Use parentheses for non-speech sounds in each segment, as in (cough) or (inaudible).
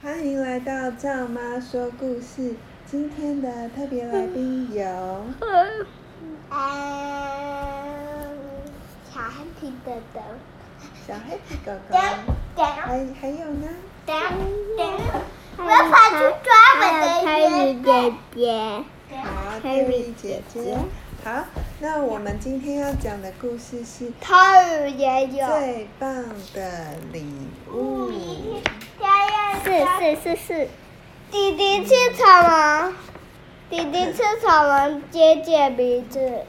来到赵妈说故事，今天的特别来宾有嗯，小黑皮的灯，小黑子狗狗等，等还还有呢，等等，我要跑去抓我的圆姐姐，好， Harry 佩瑞姐姐，好，那我们今天要讲的故事是汤圆也有最棒的礼物，是是是是，弟弟去草莓，弟弟去草莓解解鼻子。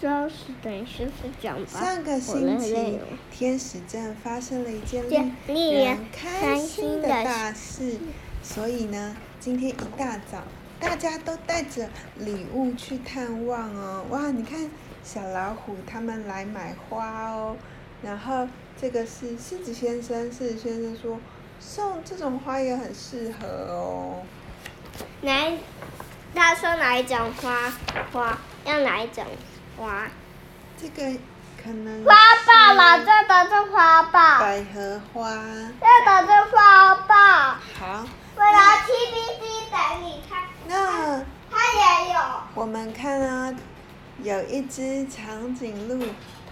主要是等于是是讲吧。上个星期，天使镇发生了一件令令人人开开心心的的大事，所以呢，今天一大早，大家都带着礼物去探望哦。哇，你看小老虎他们来买花哦。然后这个是狮子先生，狮子先生说送这种花也很适合哦。哪一？他说哪一种花花要哪一种花？这个可能花吧啦，是这都是花吧，百合花。这都是花吧。好，我拿 T B C 等你看，那。它也有。我们看啊，有一只长颈鹿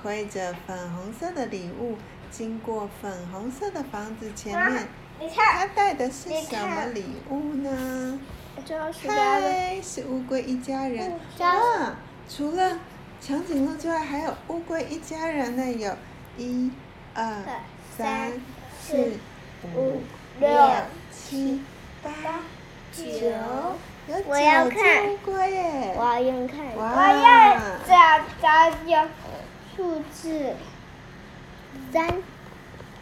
推着粉红色的礼物经过粉红色的房子前面，你它看，带的是你什看么礼物呢？这是它的嗨，是乌龟一家人。这哇，除了长颈鹿之外，还有乌龟一家人呢，有一、二、三、四、五、六六、七、八、九，九有我要九只看乌龟耶！我要用看，哇我要啊找找有数字三、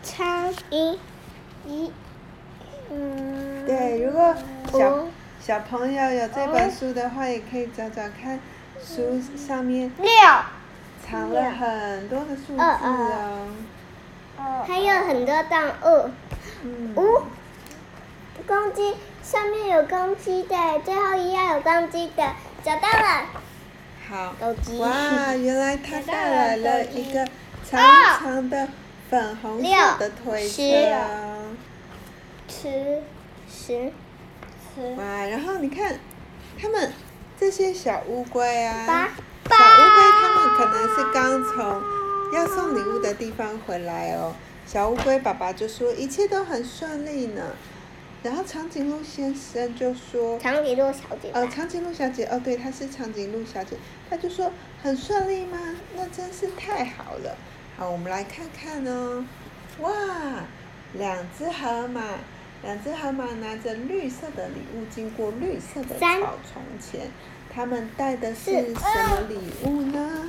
三一、一，嗯，对，如果小五小朋友有这本书的话，也可以找找看，书上面六，藏了很多的数字二二哦。还有很多动物，嗯，五公鸡，上面有公鸡的，最后一页有公鸡的，找到了。好有嗯鸡。哇，原来他带来了一个长二长的粉红六色的推车哦。十十十哇，然后你看，他们这些小乌龟啊八，小乌龟它们可能是刚从要送礼物的地方回来哦。小乌龟爸爸就说一切都很顺利呢，然后长颈鹿先生就说，长颈鹿小姐呃，长颈鹿小姐，哦，对，她是长颈鹿小姐，她就说很顺利吗？那真是太好了。好，我们来看看哦。哇，两只河马，两只河马拿着绿色的礼物经过绿色的三草丛前，它们带的是四什么礼物呢？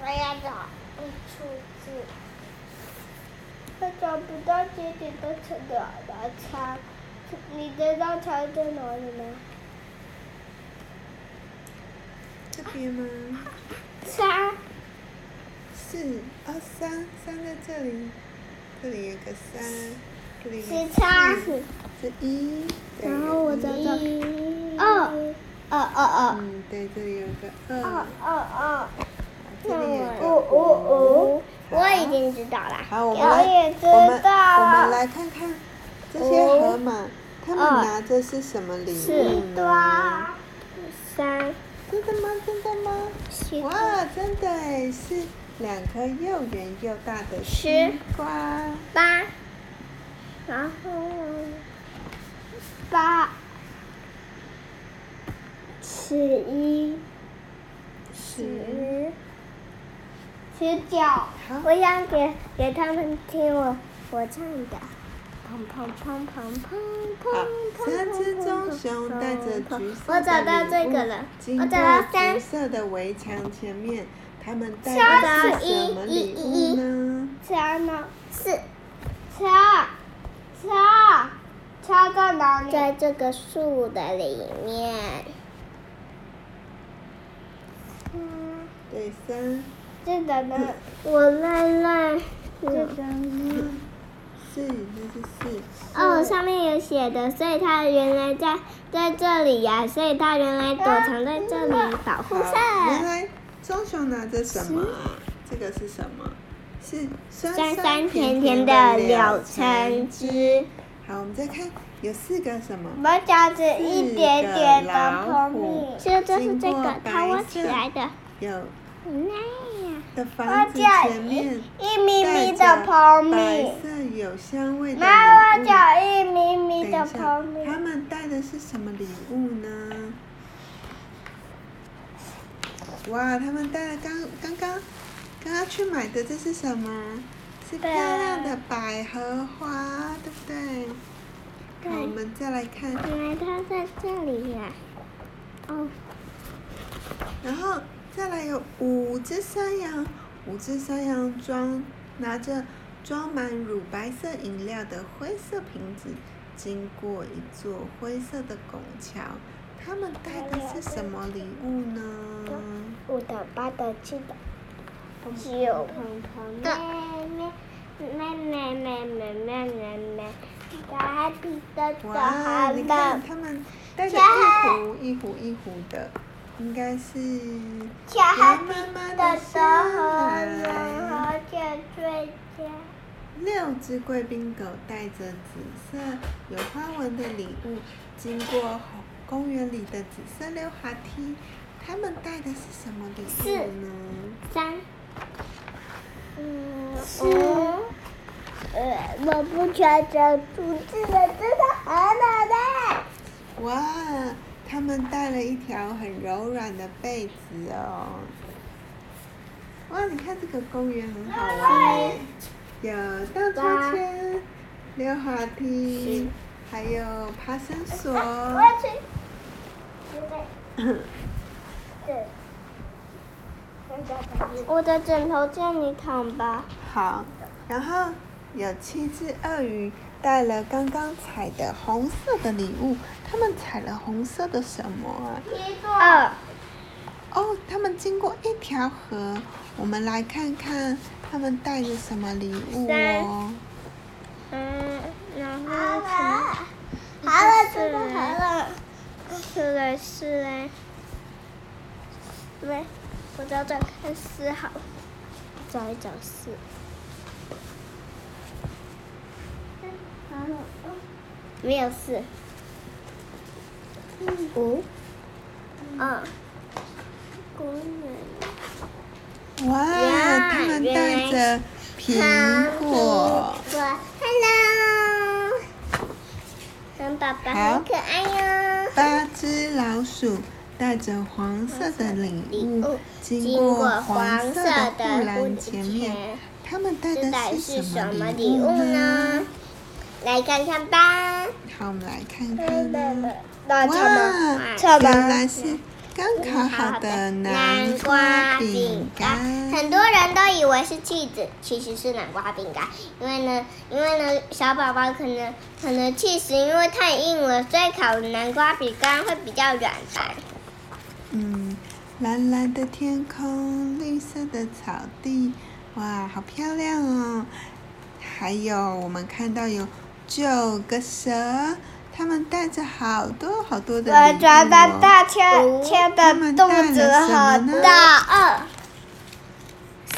我要找数字，我找不到姐姐的车的的车，你知道车在哪里吗？这边吗？三四哦，三三在这里，这里有个三，这里有十个三，四这一，对然后我一找找二二哦二嗯，对，这里有个嗯二二，二二，这里有五个五五五。，我已经知道了，好，我们我来也，知我们道我们了，来看看这些哦河马，它们二拿的是什么礼物十啊多啊呢？三真的吗？真的吗？十多哇，真的诶是两颗又圆又大的十西瓜。八，然后八十一十，十十九好，我想给给他们听我我唱的。嗯砰砰砰砰砰好，砰三只砰棕砰熊带着砰橘我色找到的这礼个物了，经我过找到三橘色的围墙前面，它们带三的是一什么一礼一物呢？三呢？四十二十二，插在哪里？在这个树的里面，嗯，对，三这个呢？我赖赖。这个呢？四，那是四。哦，上面有写的，所以它原来在在这里呀、所以它原来躲藏在这里保护好，原色。来棕熊拿着什么啊？这个是什么？是酸酸酸甜甜甜的的柳橙橙。汁，好，我们再看有四个什么我？们夹着一点点的蜂蜜，这就是这经过个它白挖起色来的，有嗯哎呀，的我房子夹前一面一咪带咪着的蜂白蜜，色有香味的妈妈礼物。夹一咪等咪一的下，蜂蜜，他们带的是什么礼物呢？哇，他们带了刚刚刚刚刚去买的，这是什么？是漂对亮的百合花，对不对？对好，我们再来看，原来它在这里呀、哦，然后再来有五只山羊，五只山羊装拿着装满乳白色饮料的灰色瓶子，经过一座灰色的拱桥，他们带的是什么礼物呢？五的、八的、七的、九彤彤的妹妹妹妹妹妹妹妹，芭比的哇，你看他们带着一壶一壶一壶的，应该是小孩羊妈妈的的时香候，奶。然后就睡觉。六只贵宾狗带着紫色有花纹的礼物，经过公园里的紫色溜滑梯。它们带的是什么礼物呢？三，嗯，是我呃，我不觉得竹子的真的很好嘞。哇，它们带了一条很柔软的被子哦。哇，你看这个公园很好玩耶，有荡秋千、溜滑梯，还有爬绳索。哎我要去。对。我的枕头借你躺吧。好，然后有七只鳄鱼带了刚刚采的红色的礼物，它们采了红色的什么啊？二哦，它们经过一条河，我们来看看它们带着什么礼物哦。嗯，然后好什了，好了，真真的的好好了。么是嘞是嘞，对，我找找看四好，找一找四。没有哦四，五，二，公园，哇，呀它们原带来着苹果。 ，Hello，跟爸爸好很可爱哟、八只老鼠带着黄色的礼礼物物，经经过过黄黄色色的的护栏护前前面，它们带这到的底是是什什么么礼礼物物呢呢？？来看看吧。好，我们来看看哦。哇那么，，原么来是刚烤好的南瓜饼干。很多人都以为是 cheese，其实是南瓜饼干。因为呢，因为呢，小宝宝可能可能 cheese 因为太硬了，所以烤南瓜饼干会比较软弹。嗯，蓝蓝的天空，绿色的草地，哇，好漂亮哦！还有我们看到有九个蛇，它们带着好多好多的我礼物觉得哦呃大千千的肚子很大。二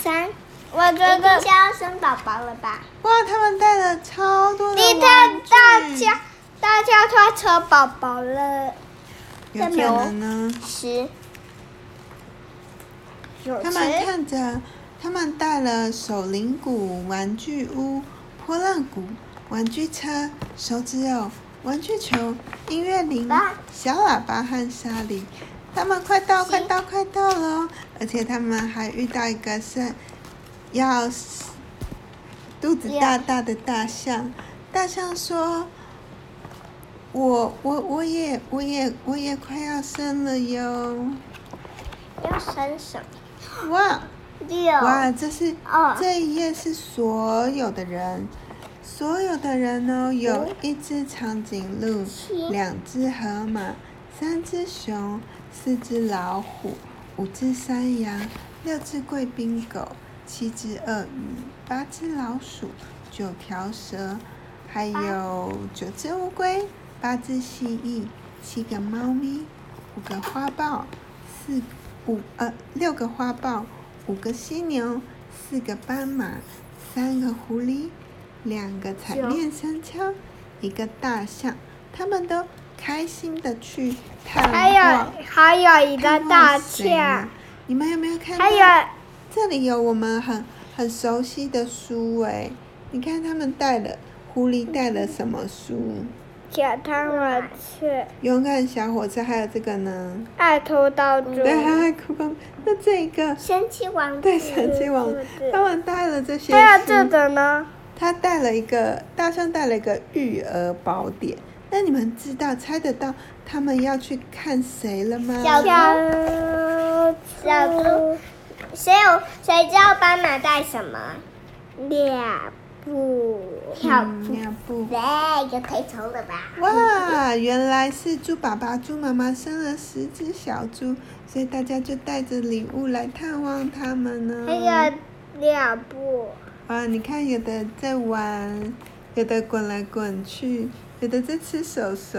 三，呃我一觉定得是要生宝宝了吧？哇，它们带了超多的你玩看具大家，大家快成宝宝了。有可能呢。十，有他们看着，他们带了手铃鼓、玩具屋、波浪鼓、玩具车、手指偶、玩具球、音乐铃爸、小喇叭和沙铃。他们快到，快到，快到了哦！而且他们还遇到一个是要肚子大大的大象。大象说：“我我我也我也我也快要生了哟！”要生什么？哇！六哇，这是二这一页是所有的人，所有的人呢、有一只长颈鹿，两只河马，三只熊，四只老虎，五只山羊，六只贵宾狗，七只鳄鱼，八只老鼠，九条蛇，还有九只乌龟，八只蜥蜴，七个猫咪，五个花豹，四五呃六个花豹，五个犀牛，四个斑马，三个狐狸，两个彩面山橇，一个大象，他们都开心的去探还望有。还有一一个大象，，你们有没有看到？还有这里有我们很很熟悉的书哎，你看他们带了狐狸带了什么书？小汤姆是勇敢小火车，还有这个呢？爱偷刀猪，对，还有酷狗。那这个神奇王对子神奇王对对他们带了这些还有这书，个呢，他带了一个大象，带了一个育儿宝典。那你们知道猜得到他们要去看谁了吗？小猪小小猪谁有谁知道斑马带什么？两步，跳嗯步，尿布。对，有太丑了吧？哇，原来是猪爸爸、猪妈妈生了十只小猪，所以大家就带着礼物来探望他们呢。还有两步，啊，你看有的在玩，有的滚来滚去，有的在吃手手，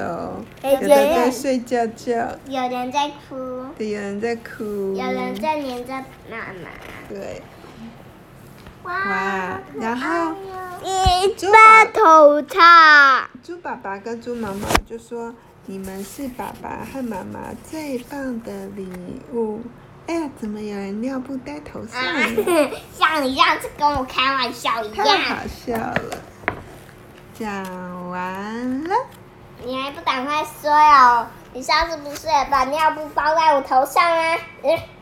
哎有的有人在睡觉觉，有人在哭，对，有人在哭，有人在黏着妈妈。对，哇，然后一猪爸个头叉，猪爸爸跟猪妈妈就说：“你们是爸爸和妈妈最棒的礼物。”哎呀，怎么有人尿布戴头上啊了？，像你上次跟我开玩笑一 (laughs) 太样，好笑了！讲完了，你还不赶快说哦？你上次不是也把尿布包在我头上吗？嗯